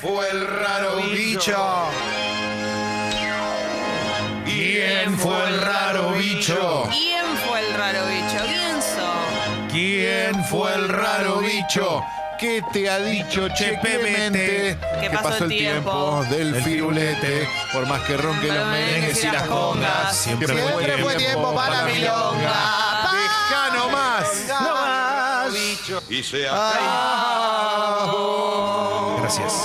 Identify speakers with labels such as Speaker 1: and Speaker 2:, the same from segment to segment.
Speaker 1: fue el raro bicho? ¿Quién fue el raro bicho?
Speaker 2: ¿Quién fue el raro bicho? ¿Quién sos?
Speaker 1: ¿Quién fue el raro bicho? ¿Qué te ha dicho Che Clemente?
Speaker 2: Que
Speaker 1: Que
Speaker 2: pasó el tiempo
Speaker 1: del firulete? Por más que ronque los merengues y las congas, siempre
Speaker 3: Siempre fue tiempo para milonga.
Speaker 1: Deja nomás.
Speaker 3: No más.
Speaker 1: Y se acabó.
Speaker 4: Gracias.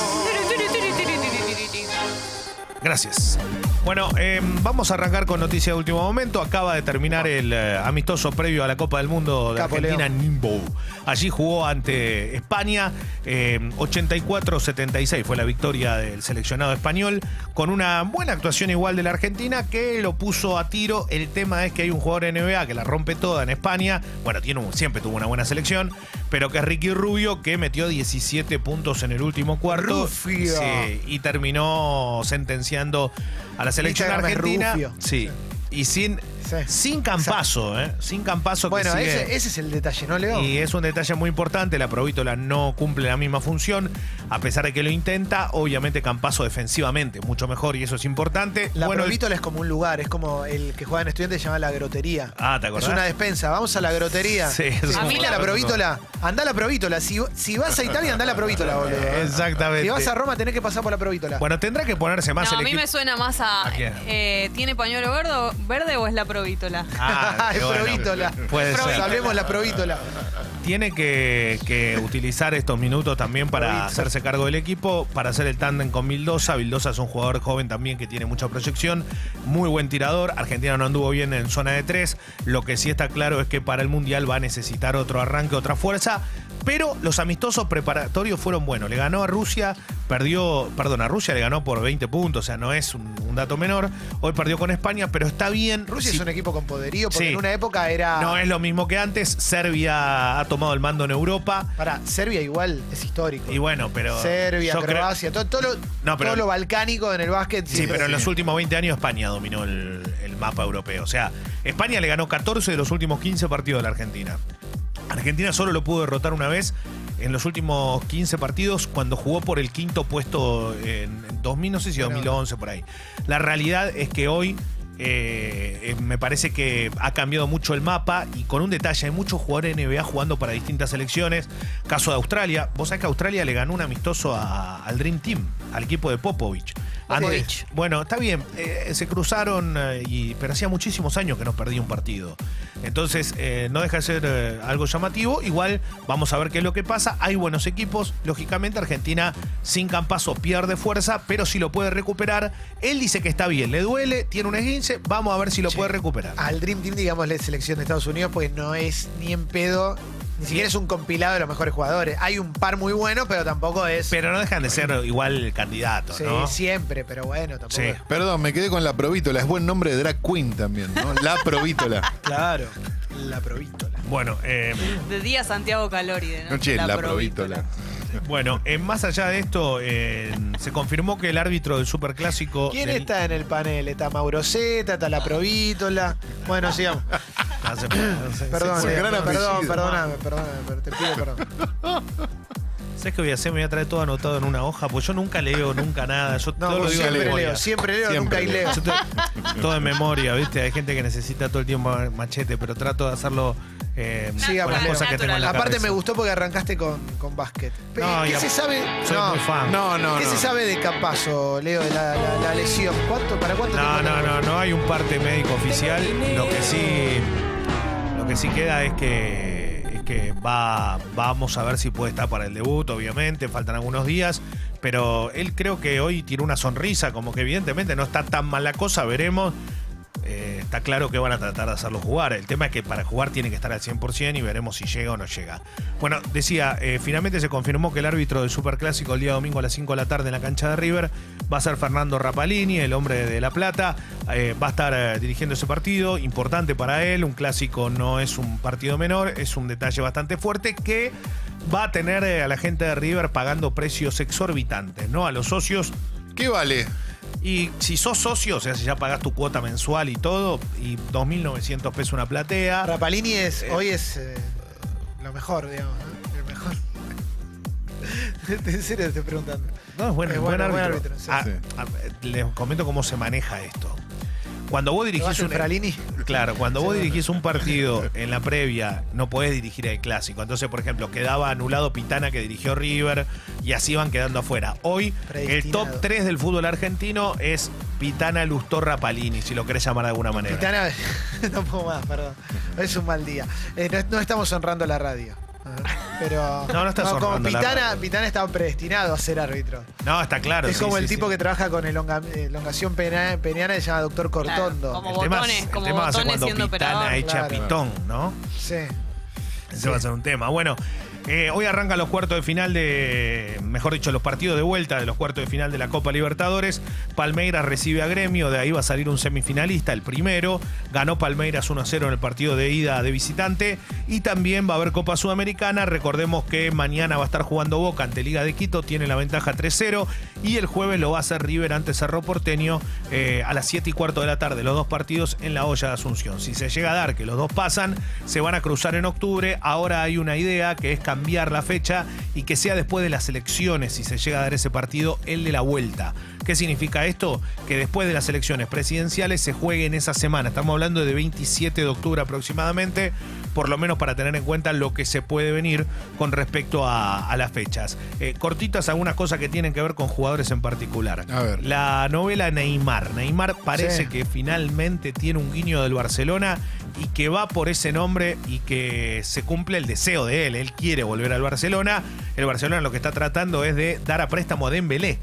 Speaker 4: Gracias. Bueno, eh, vamos a arrancar con noticia de último momento. Acaba de terminar el eh, amistoso previo a la Copa del Mundo de
Speaker 3: Capo,
Speaker 4: Argentina en Nimbo. Allí jugó ante España. eh, 84-76 fue la victoria del seleccionado español. Con una buena actuación igual de la Argentina que lo puso a tiro. El tema es que hay un jugador de NBA que la rompe toda en España. Bueno, tiene un- siempre tuvo una buena selección. Pero que es Ricky Rubio que metió 17 puntos en el último cuarto.
Speaker 3: Rufio.
Speaker 4: Sí, y terminó sentenciando a la selección
Speaker 3: Instagram es
Speaker 4: argentina.
Speaker 3: Rufio.
Speaker 4: Sí. Y sin,
Speaker 3: Sí.
Speaker 4: sin campazo, ¿eh? Sin campazo
Speaker 3: Bueno,
Speaker 4: que sigue.
Speaker 3: ese, ese es el detalle, ¿no, Leo?
Speaker 4: Y es un detalle muy importante, la Provítola no cumple la misma función, a pesar de que lo intenta, obviamente Campazo defensivamente, mucho mejor y eso es importante.
Speaker 3: La
Speaker 4: bueno,
Speaker 3: Provítola es como un lugar, es como el que juegan estudiantes se llama la grotería.
Speaker 4: Ah, ¿te acordás?
Speaker 3: Es una despensa, vamos a la grotería.
Speaker 4: Sí, eso es
Speaker 3: a
Speaker 4: un
Speaker 3: mí la,
Speaker 4: montón.
Speaker 3: Provítola, andá a la Provítola. Si, si vas a Italia, andá a la Provítola, boludo.
Speaker 4: eh, Exactamente.
Speaker 3: Si vas a Roma, tenés que pasar por la Provítola.
Speaker 4: bueno, tendrá que ponerse más
Speaker 2: No, a
Speaker 4: el
Speaker 2: mí
Speaker 4: equipo.
Speaker 2: me suena más a.
Speaker 4: ¿A quién?
Speaker 2: eh, ¿Tiene pañuelo verde, o- verde o es la provítola?
Speaker 4: Ah,
Speaker 3: es
Speaker 4: bueno,
Speaker 3: Provítola.
Speaker 4: Puede
Speaker 3: Provi-
Speaker 4: ser.
Speaker 3: Hablemos la Provítola.
Speaker 4: Tiene que, que utilizar estos minutos también para hacerse cargo del equipo, para hacer el tándem con Vildosa. Vildosa es un jugador joven también que tiene mucha proyección, muy buen tirador. Argentina no anduvo bien en zona de tres. Lo que sí está claro es que para el Mundial va a necesitar otro arranque, otra fuerza. Pero los amistosos preparatorios fueron buenos. Le ganó a Rusia, perdió, perdón, a Rusia le ganó por 20 puntos, o sea, no es un, un dato menor. Hoy perdió con España, pero está bien.
Speaker 3: Rusia
Speaker 4: Sí.
Speaker 3: es un equipo con poderío, porque
Speaker 4: Sí.
Speaker 3: en una época era.
Speaker 4: No eh. es lo mismo que antes. Serbia ha tomado el mando en Europa.
Speaker 3: Pará, Serbia igual es histórico.
Speaker 4: Y bueno, pero.
Speaker 3: Serbia,
Speaker 4: yo creo-
Speaker 3: Croacia, todo, todo, lo,
Speaker 4: No, pero-
Speaker 3: todo lo balcánico en el básquet.
Speaker 4: Sí, pero en los últimos 20 años España dominó el, el mapa europeo. O sea, España le ganó 14 de los últimos 15 partidos a la Argentina. Argentina solo lo pudo derrotar una vez en los últimos 15 partidos cuando jugó por el quinto puesto en, en 2000, no sé si
Speaker 3: Buena
Speaker 4: 2011 por ahí. La realidad es que hoy eh, eh, me parece que ha cambiado mucho el mapa y con un detalle, hay muchos jugadores de NBA jugando para distintas selecciones. Caso de Australia, vos sabés que Australia le ganó un amistoso a- al Dream Team, al equipo de Popovich.
Speaker 3: Popovich.
Speaker 4: Ah, bueno, está bien, eh, se cruzaron, eh, y, pero hacía muchísimos años que no perdía un partido. Entonces, eh, no deja de ser eh, algo llamativo. Igual vamos a ver qué es lo que pasa. Hay buenos equipos. Lógicamente, Argentina sin Campazo pierde fuerza, pero si lo puede recuperar. Él dice que está bien, le duele, tiene un esguince. Vamos a ver si lo puede recuperar.
Speaker 3: Al Dream Team, digamos, la selección de Estados Unidos, pues no es ni en pedo, ni siquiera es un compilado de los mejores jugadores. Hay un par muy buenos, pero tampoco es.
Speaker 4: Pero no dejan de ser igual candidatos,
Speaker 3: Sí,
Speaker 4: ¿no?
Speaker 3: siempre, pero bueno, tampoco.
Speaker 4: Sí.
Speaker 3: es-
Speaker 1: Perdón, me quedé con la Provítola. Es buen nombre de drag queen también, ¿no? La Provítola.
Speaker 3: Claro, la provítola.
Speaker 4: Bueno, eh,
Speaker 2: De día Santiago Calori. De
Speaker 1: No, che, la, Provítola.
Speaker 4: bueno eh, más allá de esto, eh, se confirmó que el árbitro del Superclásico...
Speaker 3: ¿Quién
Speaker 4: Oh, del-
Speaker 3: está en el panel? Está Mauro Zeta, está la provítola. Bueno, sigamos.
Speaker 4: Ah, se- se- se-
Speaker 3: Perdón,
Speaker 1: Sí,
Speaker 3: Leo,
Speaker 1: gran
Speaker 3: perdón,
Speaker 1: apellido.
Speaker 3: perdóname, perdóname, pero te pido perdón.
Speaker 4: ¿Sabes qué voy a hacer? Me voy a traer todo anotado en una hoja, porque yo nunca leo, nunca nada. Yo
Speaker 3: No,
Speaker 4: todo lo
Speaker 3: vos
Speaker 4: digo de
Speaker 3: siempre
Speaker 4: memoria.
Speaker 3: leo, siempre leo,
Speaker 1: Siempre
Speaker 3: nunca hay
Speaker 1: leo.
Speaker 3: leo.
Speaker 4: Yo te- todo en memoria, ¿viste? Hay gente que necesita todo el tiempo machete, pero trato de hacerlo eh,
Speaker 3: Sí,
Speaker 4: con las
Speaker 3: aparte-
Speaker 4: cosas que tengo en la
Speaker 3: Aparte
Speaker 4: cabeza.
Speaker 3: me gustó porque arrancaste con, con básquet. Pe-
Speaker 4: No, y
Speaker 3: ¿Qué
Speaker 4: a-
Speaker 3: se sabe?
Speaker 4: Soy
Speaker 3: no,
Speaker 4: muy fan.
Speaker 1: No, no,
Speaker 3: ¿Qué se
Speaker 1: no.
Speaker 3: sabe de Campazo, Leo, de la, la- la lesión? ¿Cuánto, ¿Para cuánto
Speaker 4: No,
Speaker 3: tiempo?
Speaker 4: no, no, no hay un parte médico oficial. Lo que sí, lo que sí queda es que, es que va, vamos a ver si puede estar para el debut, obviamente, faltan algunos días. Pero él creo que hoy tiene una sonrisa, como que evidentemente no está tan mal la cosa, veremos. Eh, está claro que van a tratar de hacerlo jugar. El tema es que para jugar tiene que estar al 100% y veremos si llega o no llega. Bueno, decía, eh, finalmente se confirmó que el árbitro del Superclásico el día domingo a las 5 de la tarde en la cancha de River va a ser Fernando Rapalini, el hombre de La Plata. Eh, va a estar eh, dirigiendo ese partido, importante para él. Un clásico no es un partido menor, es un detalle bastante fuerte que va a tener eh, a la gente de River pagando precios exorbitantes, ¿no? A los socios
Speaker 1: ¿Qué vale?
Speaker 4: y si sos socio, o sea, si ya pagás tu cuota mensual y todo, y 2.900 pesos una platea.
Speaker 3: Ah, Rapalini eh, es, hoy es eh, lo mejor, digamos. ¿no? El mejor. en serio te estoy preguntando.
Speaker 4: No, es buen,
Speaker 3: Es
Speaker 4: buen
Speaker 3: bueno, buen
Speaker 4: árbitro.
Speaker 3: árbitro, sí,
Speaker 4: Ah,
Speaker 1: sí.
Speaker 4: ah, les comento cómo se maneja esto. Cuando vos
Speaker 3: ¿Te vas
Speaker 4: dirigís
Speaker 3: en
Speaker 4: un
Speaker 3: Fralini?
Speaker 4: Claro, cuando
Speaker 3: Sí,
Speaker 4: vos
Speaker 3: no, no.
Speaker 4: dirigís un partido en la previa, no podés dirigir el clásico. Entonces, por ejemplo, quedaba anulado Pitana que dirigió River y así van quedando afuera. Hoy, el
Speaker 3: Predestinado.
Speaker 4: top 3 del fútbol argentino es Pitana, Lustorra, Palini, si lo querés llamar de alguna manera.
Speaker 3: Pitana, no puedo más, perdón. Es un mal día. Eh, no, no estamos honrando la radio. Ajá. Pero.
Speaker 4: No, no estás
Speaker 3: como
Speaker 4: honrando la
Speaker 3: Pitana,
Speaker 4: radio.
Speaker 3: Pitana está predestinado a ser árbitro.
Speaker 4: No, está claro.
Speaker 3: es
Speaker 4: sí,
Speaker 3: como
Speaker 4: sí,
Speaker 3: el
Speaker 4: sí.
Speaker 3: tipo que trabaja con elonga- eh, elongación pena- peniana que se llama Doctor
Speaker 2: Claro,
Speaker 3: Cortondo.
Speaker 2: como
Speaker 4: el tema es-
Speaker 2: botones,
Speaker 4: el
Speaker 2: como
Speaker 4: tema va a ser
Speaker 2: botones
Speaker 4: cuando
Speaker 2: siendo
Speaker 4: Pitana
Speaker 2: operador.
Speaker 4: echa
Speaker 3: Claro.
Speaker 4: pitón, ¿no?
Speaker 3: Sí.
Speaker 4: Ese va a ser un tema. Bueno, eh, hoy arrancan los cuartos de final de, mejor dicho, los partidos de vuelta de los cuartos de final de la Copa Libertadores. Palmeiras recibe a Gremio, de ahí va a salir un semifinalista, el primero. Ganó Palmeiras 1 0 en el partido de ida de visitante. Y también va a haber Copa Sudamericana. Recordemos que mañana va a estar jugando Boca ante Liga de Quito, tiene la ventaja 3-0. Y el jueves lo va a hacer River ante Cerro Porteño eh, a las 7 y cuarto de la tarde. Los dos partidos en la olla de Asunción. Si se llega a dar que los dos pasan, se van a cruzar en octubre. Ahora hay una idea que es cambiar la fecha y que sea después de las elecciones, si se llega a dar ese partido, el de la vuelta. ¿Qué significa esto? Que después de las elecciones presidenciales se juegue en esa semana. Estamos hablando de 27 de octubre aproximadamente, por lo menos para tener en cuenta lo que se puede venir con respecto a, a las fechas. Eh, cortitas algunas cosas que tienen que ver con jugadores en particular.
Speaker 1: A ver.
Speaker 4: La novela Neymar. Neymar parece
Speaker 3: Sí.
Speaker 4: que finalmente tiene un guiño del Barcelona y que va por ese nombre y que se cumple el deseo de él. Él quiere volver al Barcelona. El Barcelona lo que está tratando es de dar a préstamo a Dembélé.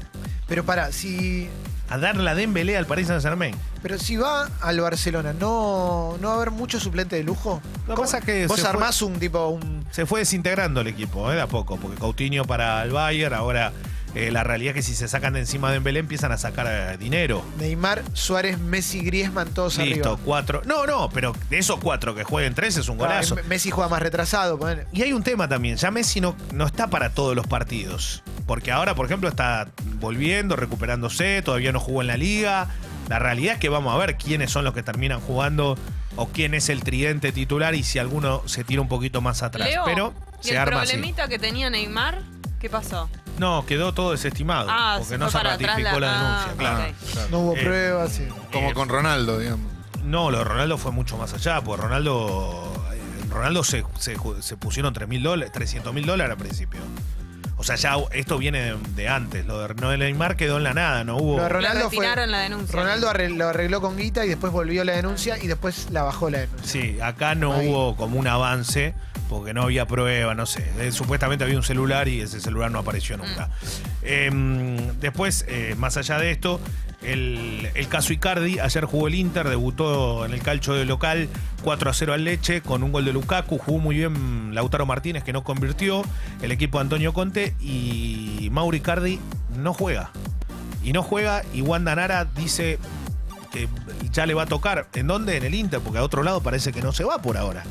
Speaker 3: Pero para, si.
Speaker 4: A darle a Dembélé al Paris Saint-Germain.
Speaker 3: Pero si va al Barcelona, ¿no, no va a haber mucho suplente de lujo?
Speaker 4: Lo que
Speaker 3: ¿Cómo-
Speaker 4: pasa es que
Speaker 3: Vos
Speaker 4: Eh, se fue-
Speaker 3: armás un tipo, un
Speaker 4: Se fue desintegrando el equipo, eh, de a poco, porque Coutinho para el Bayern, ahora eh, la realidad es que si se sacan de encima de Dembélé empiezan a sacar eh, dinero.
Speaker 3: Neymar, Suárez, Messi, Griezmann, todos
Speaker 4: Listo,
Speaker 3: arriba.
Speaker 4: cuatro. No, no, pero de esos cuatro que jueguen tres es un
Speaker 3: Ah,
Speaker 4: golazo.
Speaker 3: M- Messi juega más retrasado. ponele.
Speaker 4: Y hay un tema también, ya Messi no, no está para todos los partidos. Porque ahora, por ejemplo, está volviendo, recuperándose, todavía no jugó en la liga. La realidad es que vamos a ver quiénes son los que terminan jugando o quién es el tridente titular y si alguno se tira un poquito más atrás.
Speaker 2: Leo,
Speaker 4: Pero
Speaker 2: ¿y
Speaker 4: se
Speaker 2: el
Speaker 4: arma así.
Speaker 2: problemita que tenía Neymar? ¿Qué pasó?
Speaker 4: No, quedó todo desestimado.
Speaker 2: Ah,
Speaker 4: porque
Speaker 2: se
Speaker 4: no
Speaker 2: fue
Speaker 4: se
Speaker 2: para atrás
Speaker 4: ratificó
Speaker 2: la-
Speaker 4: la denuncia,
Speaker 2: ah,
Speaker 4: claro.
Speaker 2: ok.
Speaker 1: Claro.
Speaker 3: No hubo
Speaker 4: Eh,
Speaker 3: pruebas. sí.
Speaker 1: Como con Ronaldo, digamos.
Speaker 4: No, lo de Ronaldo fue mucho más allá, porque Ronaldo. eh, Ronaldo se, se, ju- se pusieron 3.000 dólares, 300 mil dólares al principio. O sea, ya esto viene de, de antes. Lo de no, de Neymar quedó en la nada, no hubo.
Speaker 3: Lo de
Speaker 2: Le
Speaker 3: Ronaldo fue.
Speaker 2: retiraron la denuncia.
Speaker 3: Ronaldo arregló- lo arregló con guita y después volvió la denuncia y después la bajó la denuncia.
Speaker 4: Sí, acá no
Speaker 3: Ahí.
Speaker 4: hubo como un avance porque no había prueba, no sé. Eh, Supuestamente había un celular y ese celular no apareció nunca. Eh, después, eh, más allá de esto, el, el caso Icardi, ayer jugó el Inter, debutó en el calcho de local 4 a 0 al Leche con un gol de Lukaku, jugó muy bien Lautaro Martínez que no convirtió, el equipo de Antonio Conte y Mauro Icardi no juega. Y no juega y Wanda Nara dice que ya le va a tocar. ¿En dónde? En el Inter, porque a otro lado parece que no se va por ahora.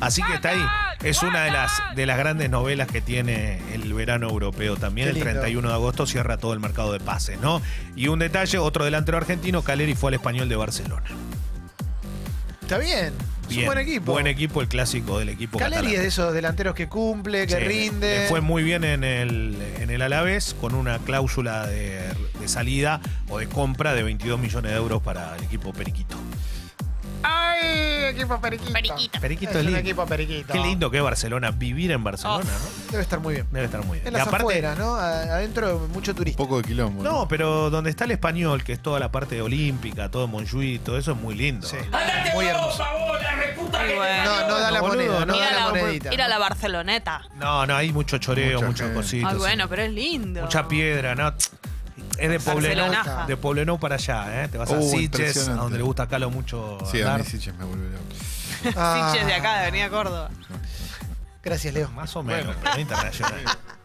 Speaker 4: Así que está ahí. Es una de las, de las grandes novelas que tiene el verano europeo también.
Speaker 3: Qué
Speaker 4: El
Speaker 3: lindo.
Speaker 4: 31 de agosto cierra todo el mercado de pases, ¿no? Y un detalle, otro delantero argentino, Caleri fue al español de Barcelona.
Speaker 3: Está bien. Es un
Speaker 4: Bien.
Speaker 3: buen equipo.
Speaker 4: Buen equipo, el clásico del equipo
Speaker 3: Caleri
Speaker 4: catalán.
Speaker 3: es de esos delanteros que cumple, que
Speaker 4: Sí,
Speaker 3: rinde.
Speaker 4: le fue muy bien en el, en el Alavés con una cláusula de, de salida o de compra de 22 millones de euros para el equipo Periquito.
Speaker 3: ¡Ay! Equipo periquito.
Speaker 2: Periquito.
Speaker 4: Periquito
Speaker 3: Es
Speaker 4: es
Speaker 3: un
Speaker 4: lindo.
Speaker 3: equipo periquito.
Speaker 4: Qué lindo que es Barcelona, vivir en Barcelona, ¿no?
Speaker 3: Debe estar muy bien.
Speaker 4: Debe estar muy bien.
Speaker 3: Ah. En
Speaker 4: Y
Speaker 3: las
Speaker 4: aparte-
Speaker 3: afueras, ¿no? A- Adentro mucho
Speaker 1: Un
Speaker 3: turista.
Speaker 1: poco de quilombo.
Speaker 4: No, pero donde está el español, que es toda la parte olímpica, todo Montjuic, todo eso es muy lindo.
Speaker 3: Sí.
Speaker 5: Andate
Speaker 3: Muy
Speaker 5: vos,
Speaker 3: hermoso.
Speaker 5: pavola, reputa que te
Speaker 2: bueno.
Speaker 5: parió.
Speaker 3: No, no da la
Speaker 4: No, boludo,
Speaker 3: moneda, no
Speaker 4: no
Speaker 3: da
Speaker 2: Ir
Speaker 3: la
Speaker 2: a
Speaker 3: monedita.
Speaker 2: la, ir a la Barceloneta.
Speaker 4: No, no, hay mucho choreo,
Speaker 1: Mucha
Speaker 4: muchas
Speaker 1: gente.
Speaker 4: cositas.
Speaker 2: Ay,
Speaker 4: sí.
Speaker 2: bueno, pero es lindo.
Speaker 4: Mucha piedra, ¿no? Es de Poblenou,
Speaker 2: Barcelonaja.
Speaker 4: de Poblenou para allá, ¿eh? Te vas a
Speaker 1: Uh,
Speaker 4: Sitges, a
Speaker 1: impresionante.
Speaker 4: donde le gusta a Calo mucho
Speaker 1: Sí, a
Speaker 4: andar.
Speaker 1: mí sí ya me vuelve loco.
Speaker 3: Ah,
Speaker 2: Sitges de acá, de Avenida Córdoba.
Speaker 3: Gracias, Leo.
Speaker 4: Más o menos, pero no internacional.